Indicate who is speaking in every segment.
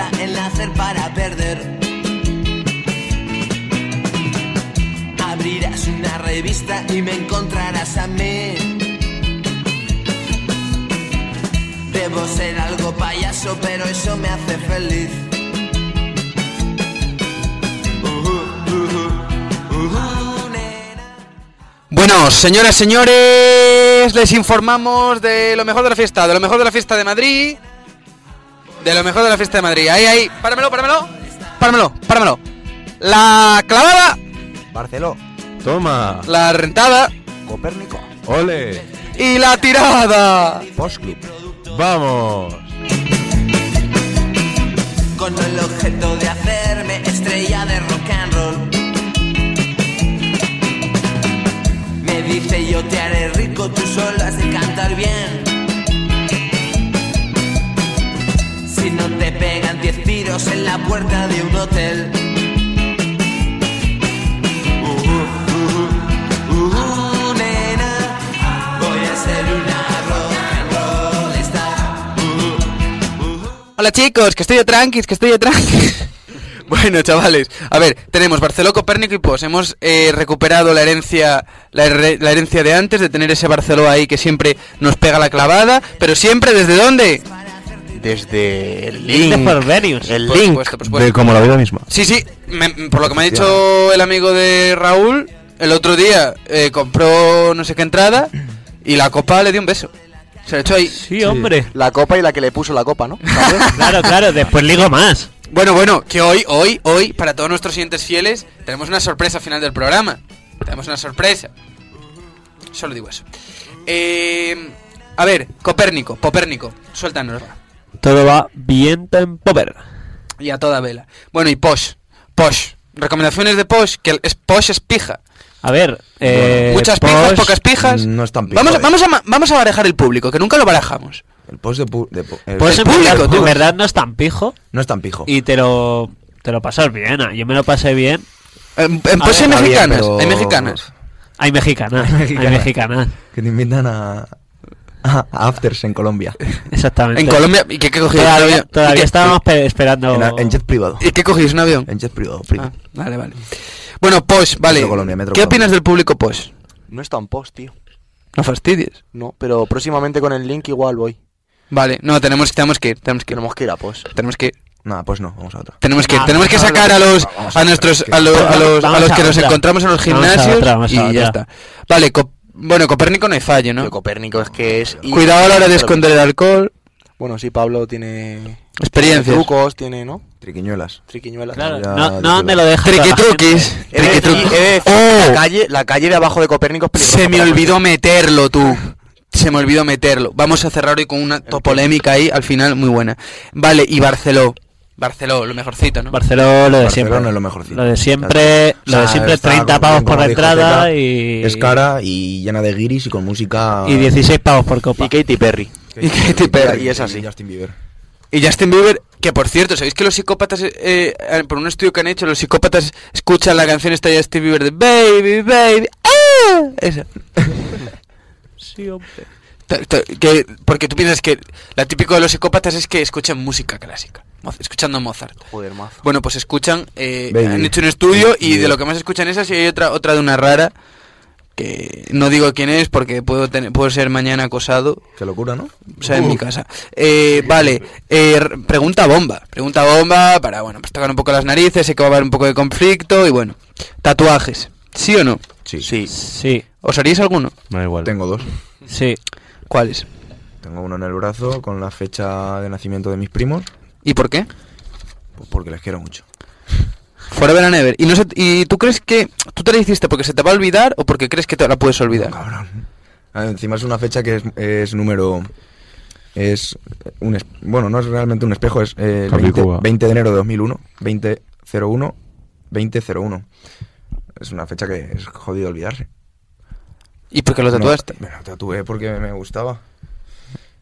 Speaker 1: hacer para perder. Abrirás una revista y me encontrarás a mí. Debo ser algo payaso, pero eso me hace feliz.
Speaker 2: Bueno, señoras, señores, les informamos de lo mejor de la fiesta, de lo mejor de la fiesta de Madrid, de lo mejor de la fiesta de Madrid. Ahí, ahí, páramelo, páramelo, páramelo, páramelo. La clavada,
Speaker 3: Barceló,
Speaker 4: Toma,
Speaker 2: la rentada
Speaker 3: Copérnico,
Speaker 4: ole,
Speaker 2: y la tirada.
Speaker 3: Postclub.
Speaker 4: vamos.
Speaker 1: con el objeto de hacerme estrella de rock and roll. Me dice yo te haré rico, tú solo has de cantar bien. Si no te pegan diez tiros en la puerta de un hotel. Uh, uh, uh, uh, uh, nena, voy a ser una rock and roll star. Uh,
Speaker 2: Hola chicos, que estoy de tranquis, que estoy de tranquis. Bueno, chavales, a ver, tenemos Barceló, Copérnico y Pos. Hemos eh, recuperado la herencia la, her- la herencia de antes, de tener ese Barceló ahí que siempre nos pega la clavada, pero siempre desde dónde?
Speaker 3: Desde el
Speaker 5: De
Speaker 3: link.
Speaker 5: Forberius.
Speaker 3: El
Speaker 2: Por
Speaker 3: link
Speaker 2: supuesto, por supuesto.
Speaker 4: De como la vida misma.
Speaker 2: Sí, sí, me- por lo que me ha dicho el amigo de Raúl, el otro día eh, compró no sé qué entrada y la copa le dio un beso. Se lo echó ahí.
Speaker 5: Sí, hombre.
Speaker 3: La copa y la que le puso la copa, ¿no? También.
Speaker 5: Claro, claro, después ligo más.
Speaker 2: Bueno, bueno, que hoy, hoy, hoy, para todos nuestros siguientes fieles, tenemos una sorpresa al final del programa. Tenemos una sorpresa. Solo digo eso. Eh, a ver, Copérnico, Popérnico, suéltanos.
Speaker 5: Todo va viento en pover.
Speaker 2: Y a toda vela. Bueno, y Posh, Posh. Recomendaciones de Posh, que el- es Posh es pija.
Speaker 5: A ver, eh,
Speaker 2: Muchas
Speaker 5: Posh-
Speaker 2: pijas, pocas pijas.
Speaker 3: no es tan pija,
Speaker 2: Vamos, a-
Speaker 3: eh.
Speaker 2: vamos, a, ma- vamos a barajar el público, que nunca lo barajamos.
Speaker 3: El post de... pu- de pu- el-
Speaker 5: Posh
Speaker 2: el
Speaker 5: en verdad-
Speaker 2: público, tú.
Speaker 5: Pues en verdad no es tan pijo
Speaker 3: no es tan pijo.
Speaker 5: y te lo, te lo pasas bien. ah, Yo me lo pasé bien.
Speaker 2: En, en
Speaker 5: A
Speaker 2: Posh hay
Speaker 5: ver,
Speaker 3: Ah, Está bien,
Speaker 2: mexicanas,
Speaker 3: pero-
Speaker 2: hay mexicanas.
Speaker 5: Hay mexicanas,
Speaker 3: Hay
Speaker 5: hay
Speaker 3: mexicanas.
Speaker 5: mexicanas.
Speaker 3: Que te invitan a... a afters en Colombia. Este,
Speaker 5: Exactamente.
Speaker 2: En Colombia, ¿y qué, qué cogí?
Speaker 5: Todavía,
Speaker 2: ¿Y
Speaker 5: todavía
Speaker 2: qué-
Speaker 5: estábamos pe- esperando.
Speaker 3: En, a- en jet privado.
Speaker 2: ¿Y qué cogís? ¿Un avión?
Speaker 3: En jet privado, primo.
Speaker 2: Ah, vale, vale. Bueno, Posh, vale.
Speaker 3: Metro Colombia, Metro
Speaker 2: ¿Qué
Speaker 3: Colombia.
Speaker 2: opinas del público Posh?
Speaker 6: No es tan post, tío.
Speaker 2: No fastidies.
Speaker 6: No, pero próximamente con el link igual voy.
Speaker 2: Vale, no, tenemos, tenemos que ir, tenemos que ir.
Speaker 6: Tenemos que ir a post.
Speaker 2: Tenemos que ir.
Speaker 3: Nada, pues no, vamos a otra.
Speaker 2: Tenemos que,
Speaker 5: Ah,
Speaker 2: tenemos que
Speaker 5: vamos a
Speaker 2: sacar a
Speaker 5: hablar.
Speaker 2: los a nuestros a los, a los, a
Speaker 5: Vamos
Speaker 2: los
Speaker 5: a
Speaker 2: que nos
Speaker 5: otra.
Speaker 2: encontramos en los
Speaker 5: Vamos a
Speaker 2: gimnasios
Speaker 5: otra, vamos a
Speaker 2: y ya
Speaker 5: otra.
Speaker 2: está. Vale, Cop- bueno, Copérnico no hay fallo, ¿no?
Speaker 6: Tío, Copérnico es que es...
Speaker 2: Cuidado a la hora de esconder el alcohol.
Speaker 6: Bueno, sí, Pablo tiene...
Speaker 2: Experiencias.
Speaker 6: tiene trucos, tiene, ¿no?
Speaker 3: Triquiñuelas.
Speaker 6: Triquiñuelas.
Speaker 5: Claro,
Speaker 3: Ya,
Speaker 5: no, no
Speaker 3: disculpa.
Speaker 5: donde lo dejas.
Speaker 2: Triquitruquis.
Speaker 6: He de decir- he de
Speaker 2: Triquitruquis. Oh,
Speaker 6: decir que la, calle, la calle de abajo de Copérnico es peligrosa
Speaker 2: Se me
Speaker 6: para
Speaker 2: olvidó meterlo, tú. Se me olvidó meterlo. Vamos a cerrar hoy con una to- polémica ahí, al final, muy buena. Vale, y Barceló. Barceló, lo mejorcito, ¿no?
Speaker 5: Barcelona lo de
Speaker 3: Barcelona
Speaker 5: siempre.
Speaker 3: es lo mejorcito.
Speaker 5: Lo de siempre,
Speaker 3: O
Speaker 5: lo
Speaker 3: sea,
Speaker 5: de siempre
Speaker 3: está
Speaker 5: 30
Speaker 3: bien
Speaker 5: pavos por
Speaker 3: como
Speaker 5: la
Speaker 3: discoteca,
Speaker 5: entrada y,
Speaker 3: Es cara y llena de guiris y con música...
Speaker 5: y 16 pavos por copa.
Speaker 6: Y Katy Perry.
Speaker 2: Y Katy Perry.
Speaker 6: Y es así.
Speaker 3: Justin Bieber.
Speaker 2: Y Justin Bieber, que por cierto, ¿sabéis que los psicópatas, eh, eh, por un estudio que han hecho, los psicópatas escuchan la canción esta de Justin Bieber de Baby, Baby, ah", Esa.
Speaker 5: Sí, hombre.
Speaker 2: Ta- ta- que- porque tú piensas que la típico de los psicópatas es que escuchan música clásica, Mo- escuchando Mozart.
Speaker 6: Joder, mazo.
Speaker 2: Bueno, pues escuchan, eh,
Speaker 3: Baby.
Speaker 2: han hecho un estudio y
Speaker 3: Baby.
Speaker 2: de lo que más escuchan esas y hay otra, otra de una rara que no digo quién es porque puedo tener, puedo ser mañana acosado,
Speaker 3: Qué locura, ¿no?
Speaker 2: o sea, en mi casa. Eh, vale, eh, r- pregunta bomba, pregunta bomba para bueno, pues tocar un poco las narices, sé que va a haber un poco de conflicto y bueno, tatuajes, ¿sí o no?
Speaker 3: Sí.
Speaker 6: Sí.
Speaker 5: Sí,
Speaker 2: ¿Os haríais alguno?
Speaker 4: No igual.
Speaker 3: Tengo dos.
Speaker 5: sí.
Speaker 2: ¿Cuáles?
Speaker 3: Tengo uno en el brazo con la fecha de nacimiento de mis primos,
Speaker 2: ¿Y por qué?
Speaker 3: pues porque les quiero mucho.
Speaker 2: Forever and ever. ¿Y, no se- ¿Y tú crees que tú te la hiciste porque se te va a olvidar o porque crees que te la puedes olvidar?
Speaker 3: Oh, Cabrón. Ah, Encima es una fecha que es, es número... Es un... es- Bueno, no es realmente un espejo, es eh, el 20,
Speaker 4: Capicúa.
Speaker 3: 20 de enero de 2001. 2001, 2001. Es una fecha que es jodido olvidarse.
Speaker 2: ¿Y por qué lo
Speaker 3: No,
Speaker 2: tatuaste?
Speaker 3: Me lo tatué porque me gustaba.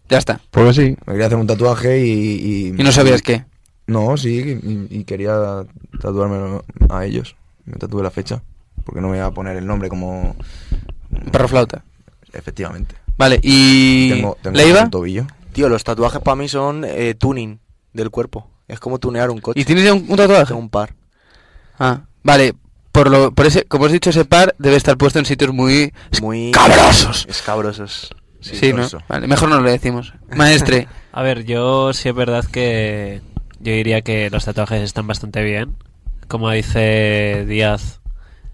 Speaker 2: Ya está.
Speaker 4: Porque sí.
Speaker 3: Me quería hacer un tatuaje y...
Speaker 2: ¿Y no sabías qué?
Speaker 3: No, sí, y, y quería tatuármelo a ellos. Me tatué la fecha. Porque no me iba a poner el nombre como.
Speaker 2: Un Perro flauta.
Speaker 3: Efectivamente.
Speaker 2: Vale, ¿y
Speaker 3: Tengo, tengo
Speaker 2: Leiva?
Speaker 3: un tobillo.
Speaker 6: Tío, los tatuajes para mí son eh, tuning del cuerpo. Es como tunear un coche.
Speaker 2: ¿Y tienes ya un, un tatuaje?
Speaker 6: Tengo un par.
Speaker 2: Ah, vale. Por lo, por ese, como has dicho, ese par debe estar puesto en sitios muy
Speaker 6: Muy.
Speaker 2: cabrosos.
Speaker 6: Escabrosos.
Speaker 2: Sí, ¿no? Vale, mejor no lo decimos. Maestre,
Speaker 5: A ver, yo sí es verdad que yo diría que los tatuajes están bastante bien. Como dice Díaz,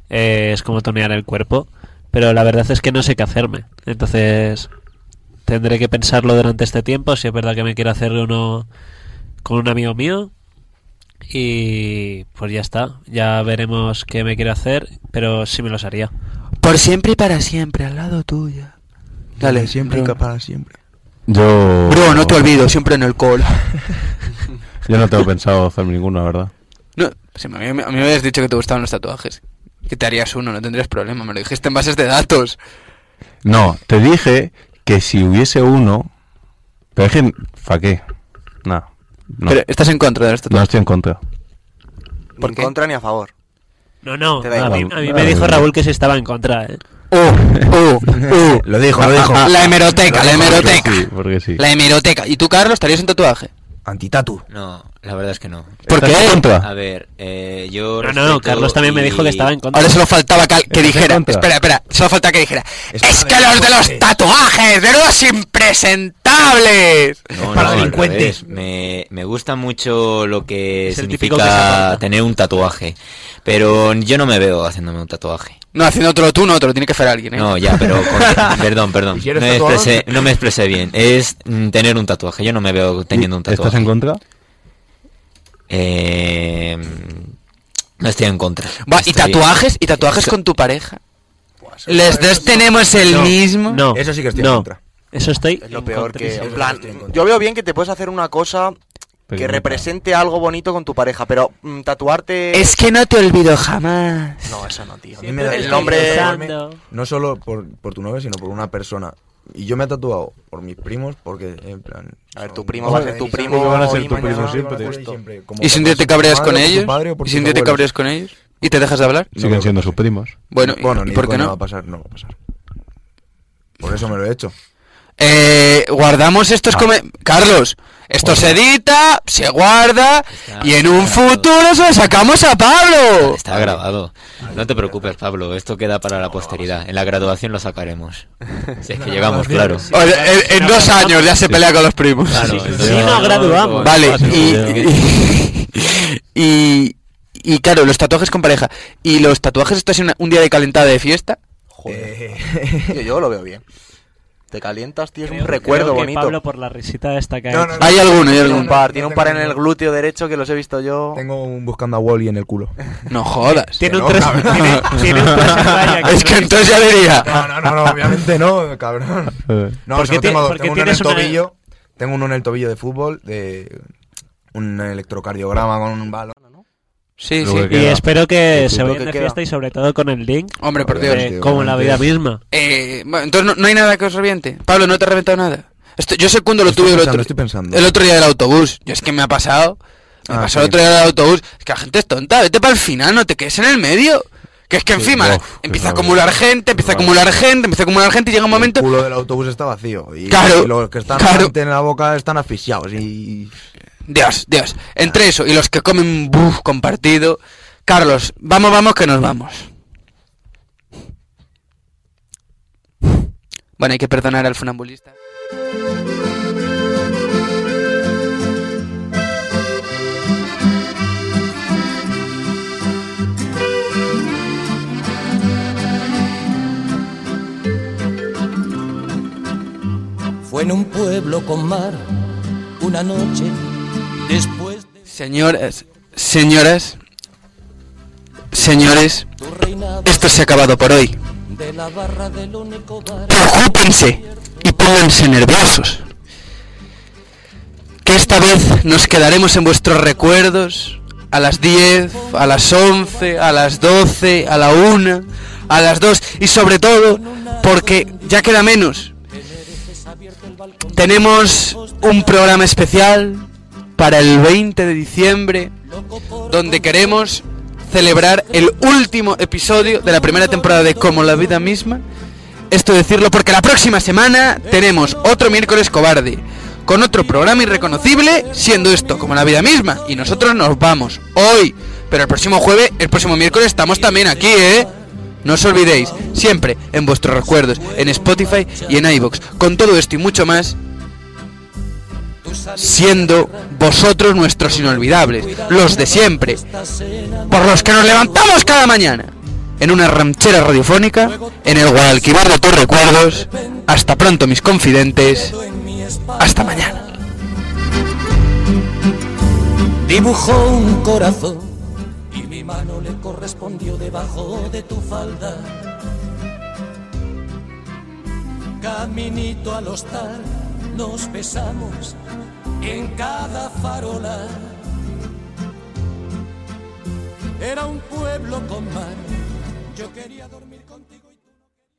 Speaker 5: eh, es como tonear el cuerpo. Pero la verdad es que no sé qué hacerme. Entonces tendré que pensarlo durante este tiempo. Si es verdad que me quiero hacer uno con un amigo mío. Y pues ya está. Ya veremos qué me quiero hacer. Pero sí me los haría.
Speaker 2: por siempre y para siempre, al lado tuyo. Dale,
Speaker 3: siempre,
Speaker 2: bro.
Speaker 3: para siempre.
Speaker 4: Yo.
Speaker 2: Bro, no te olvido, siempre en el col.
Speaker 4: Yo no tengo pensado hacer ninguno, la verdad.
Speaker 2: No, sí, a, mí, a mí me habías dicho que te gustaban los tatuajes. Que te harías uno, no tendrías problema. Me lo dijiste en bases de datos.
Speaker 4: No, te dije que si hubiese uno. Pero es que. ¿Para qué? No. No,
Speaker 2: Pero estás en contra de los
Speaker 4: no
Speaker 2: tatuajes.
Speaker 4: estoy en contra.
Speaker 6: Ni en contra ni a favor.
Speaker 5: No, no.
Speaker 6: Te da
Speaker 5: A mí,
Speaker 6: igual.
Speaker 5: a mí me
Speaker 7: Ah,
Speaker 5: dijo Raúl que se estaba en contra. ¿eh?
Speaker 2: Oh, oh, oh.
Speaker 3: Lo dijo, lo dijo.
Speaker 2: La hemeroteca, la hemeroteca.
Speaker 4: Sí, porque sí.
Speaker 2: La hemeroteca. ¿Y tú, Carlos, estarías en tatuaje?
Speaker 3: Antitatu.
Speaker 7: No, la verdad es que no.
Speaker 2: ¿Por
Speaker 4: ¿Estás
Speaker 2: qué?
Speaker 4: en contra?
Speaker 7: A ver, eh, yo.
Speaker 5: No, no,
Speaker 7: respeto
Speaker 5: Carlos también me
Speaker 7: y-
Speaker 5: dijo que estaba en contra.
Speaker 2: Ahora solo faltaba cal- que
Speaker 4: ¿Estás en
Speaker 2: dijera.
Speaker 4: contra?
Speaker 2: Espera, espera. Solo faltaba que dijera.
Speaker 3: Es para
Speaker 2: es que
Speaker 3: ver
Speaker 2: los de
Speaker 3: por
Speaker 2: los
Speaker 3: qué".
Speaker 2: tatajes, de los impresentables.
Speaker 7: No,
Speaker 3: Para
Speaker 7: no, al
Speaker 3: delincuentes.
Speaker 7: revés. Me, me gusta mucho lo que
Speaker 5: Es el típico que se
Speaker 7: significa
Speaker 5: aparta.
Speaker 7: tener un tatuaje. Pero yo no me veo haciéndome un tatuaje.
Speaker 2: No, haciéndotelo tú, no, te lo tiene que hacer alguien, ¿eh?
Speaker 7: No, ya, pero. con- perdón, perdón.
Speaker 3: ¿Y quieres
Speaker 7: No me,
Speaker 3: tatuado?
Speaker 7: expresé, no me expresé bien. Es mm, tener un tatuaje. Yo no me veo teniendo un
Speaker 4: ¿Estás
Speaker 7: tatuaje.
Speaker 4: en contra?
Speaker 7: Eh, no estoy en contra.
Speaker 2: Va, y
Speaker 7: Estoy-
Speaker 2: tatuajes, y tatuajes con tu pareja. Les dos tenemos el
Speaker 5: No,
Speaker 2: mismo.
Speaker 5: No.
Speaker 3: Eso sí que estoy en
Speaker 5: no.
Speaker 3: contra.
Speaker 5: Eso estoy.
Speaker 6: Es lo
Speaker 5: en
Speaker 6: peor
Speaker 5: contra.
Speaker 6: que.
Speaker 5: Sí.
Speaker 6: En plan,
Speaker 3: estoy en contra.
Speaker 6: yo veo bien que te puedes hacer una cosa que
Speaker 4: Pequeñita.
Speaker 6: represente algo bonito con tu pareja, pero mm, tatuarte.
Speaker 2: Es que no te olvido jamás.
Speaker 6: No, eso no, tío.
Speaker 3: A mí me da
Speaker 6: El
Speaker 3: igual
Speaker 6: nombre.
Speaker 5: pensando.
Speaker 3: No solo por, por tu novia, sino por una persona. Y yo me he tatuado por mis primos porque, en plan...
Speaker 6: A ver, tu
Speaker 3: son-
Speaker 6: primo va a ser tu
Speaker 3: Ojo,
Speaker 6: primo
Speaker 3: y
Speaker 4: van a ser
Speaker 6: hoy,
Speaker 4: tu
Speaker 6: mañana,
Speaker 4: primo
Speaker 6: y
Speaker 4: siempre,
Speaker 6: van a
Speaker 4: tío.
Speaker 6: ser siempre.
Speaker 3: Como
Speaker 2: ¿Y si un día
Speaker 3: por
Speaker 2: te
Speaker 3: tu
Speaker 2: cabreas
Speaker 3: madre,
Speaker 2: con
Speaker 3: por tu
Speaker 2: ellos?
Speaker 3: padre o por
Speaker 2: ¿Y si
Speaker 3: tus
Speaker 2: un día te cabreas
Speaker 3: abuelos?
Speaker 2: con ellos? ¿Y te dejas de hablar?
Speaker 3: No
Speaker 4: Siguen
Speaker 3: creo
Speaker 4: siendo
Speaker 3: que
Speaker 4: sus primos.
Speaker 2: Bueno, ¿y-
Speaker 3: Bueno,
Speaker 2: ¿y
Speaker 3: ni
Speaker 2: por qué
Speaker 3: coño
Speaker 2: no?
Speaker 3: va a pasar, no va a pasar. Por eso me lo he hecho.
Speaker 2: Eh, guardamos estos
Speaker 4: Ah.
Speaker 2: come- Carlos, esto se edita, se guarda
Speaker 7: Está
Speaker 2: y en un
Speaker 7: grabado.
Speaker 2: futuro se lo sacamos a Pablo.
Speaker 7: Está grabado. No te preocupes, Pablo. Esto queda para la posteridad. En la graduación lo sacaremos. Si es que llegamos, claro.
Speaker 2: O sea, en, en dos años ya se pelea con los primos.
Speaker 7: Claro,
Speaker 5: sí, sí,
Speaker 7: no,
Speaker 5: nos
Speaker 7: no,
Speaker 5: graduamos.
Speaker 7: no.
Speaker 2: Vale,
Speaker 4: Ah, sí,
Speaker 2: y, y, y, y claro, los tatuajes con pareja. ¿Y los tatuajes esto es una- un día de calentada de fiesta?
Speaker 6: Joder.
Speaker 3: Eh,
Speaker 6: Tío, yo lo veo bien. Te calientas, tío, es
Speaker 5: Creo-
Speaker 6: un recuerdo
Speaker 5: creo que
Speaker 6: bonito.
Speaker 5: Pablo por la risita esta que ha
Speaker 3: No,
Speaker 5: hecho.
Speaker 3: no,
Speaker 2: Hay alguno, hay
Speaker 6: Tiene un
Speaker 2: alguno.
Speaker 6: par, tiene un par en
Speaker 3: tengo
Speaker 6: el
Speaker 3: ni-
Speaker 6: glúteo derecho que los he visto yo.
Speaker 3: Tengo un buscando a Wally en el culo.
Speaker 2: No jodas.
Speaker 5: Tiene un
Speaker 3: no,
Speaker 5: tres.
Speaker 3: cabrón.
Speaker 5: tiene- tiene un tres en raya
Speaker 2: Es que
Speaker 5: no-
Speaker 2: entonces ya diría.
Speaker 3: No, no, no, no, obviamente no, cabrón.
Speaker 4: Eh,
Speaker 3: No,
Speaker 5: ¿Por qué
Speaker 3: solo
Speaker 5: ti-
Speaker 3: tengo,
Speaker 5: por qué
Speaker 3: tengo uno en el
Speaker 5: tienes una-
Speaker 3: tobillo. Tengo uno en el tobillo de fútbol, de un electrocardiograma con un balón.
Speaker 2: Sí,
Speaker 4: Lo
Speaker 2: sí.
Speaker 4: que-
Speaker 5: Y espero que se
Speaker 6: Lo
Speaker 5: vayan
Speaker 6: que
Speaker 5: de
Speaker 6: queda.
Speaker 5: fiesta y sobre todo con el link.
Speaker 2: Hombre, por
Speaker 3: Joder,
Speaker 2: Dios.
Speaker 5: eh,
Speaker 3: tío,
Speaker 5: como la vida
Speaker 3: obviamente.
Speaker 5: misma.
Speaker 2: Eh, bueno, entonces no, no hay nada que os reviente. Pablo, no te ha reventado nada. Esto- yo sé cuándo lo
Speaker 3: Estoy
Speaker 2: tuve el
Speaker 3: pensando,
Speaker 2: otro,
Speaker 3: estoy pensando.
Speaker 2: el otro día del autobús. Yo es que me ha pasado. Me
Speaker 3: Ah,
Speaker 2: pasó el
Speaker 3: sí.
Speaker 2: otro día del autobús. Es que la gente es tonta. Vete para el final, no te quedes en el medio. Que es que encima
Speaker 4: Uf,
Speaker 2: empieza a
Speaker 4: qué
Speaker 2: acumular gente, empieza a acumular gente, empieza a acumular gente y llega un momento.
Speaker 3: El culo del autobús está vacío. Y,
Speaker 2: Claro,
Speaker 3: y los que están
Speaker 2: claro.
Speaker 3: delante en la boca están asfixiados. Y.
Speaker 2: Dios, Dios. Entre eso y los que comen buf compartido. Carlos, vamos, vamos, que nos vamos. Bueno, hay que perdonar al funambulista.
Speaker 8: Fue en un pueblo con mar una noche después de
Speaker 2: Señoras, señoras, señores,
Speaker 8: tu reinado
Speaker 2: esto se ha acabado por hoy.
Speaker 8: de la barra del único bar.
Speaker 2: Preocúpense y pónganse nerviosos. Que esta vez nos quedaremos en vuestros recuerdos a las 10, a las 11, a las 12, a la 1, a las 2 y sobre todo porque ya queda menos. Tenemos un programa especial para el 20 de diciembre donde queremos celebrar el último episodio de la primera temporada de Como la vida misma esto decirlo porque la próxima semana tenemos otro miércoles cobarde con otro programa irreconocible, siendo esto como la vida misma. Y nosotros nos vamos hoy. Pero el próximo jueves, el próximo miércoles estamos también aquí, ¿eh? No os olvidéis, siempre en vuestros recuerdos, en Spotify y en iVoox. Con todo esto y mucho más, siendo vosotros nuestros inolvidables, los de siempre, por los que nos levantamos cada mañana, en una ranchera radiofónica, en el Guadalquivir de tus recuerdos. Hasta pronto, mis confidentes. Hasta mañana.
Speaker 8: Dibujó un corazón y mi mano le correspondió debajo de tu falda. Caminito al hostal nos besamos en cada farola. Era un pueblo con mar, yo quería dormir contigo.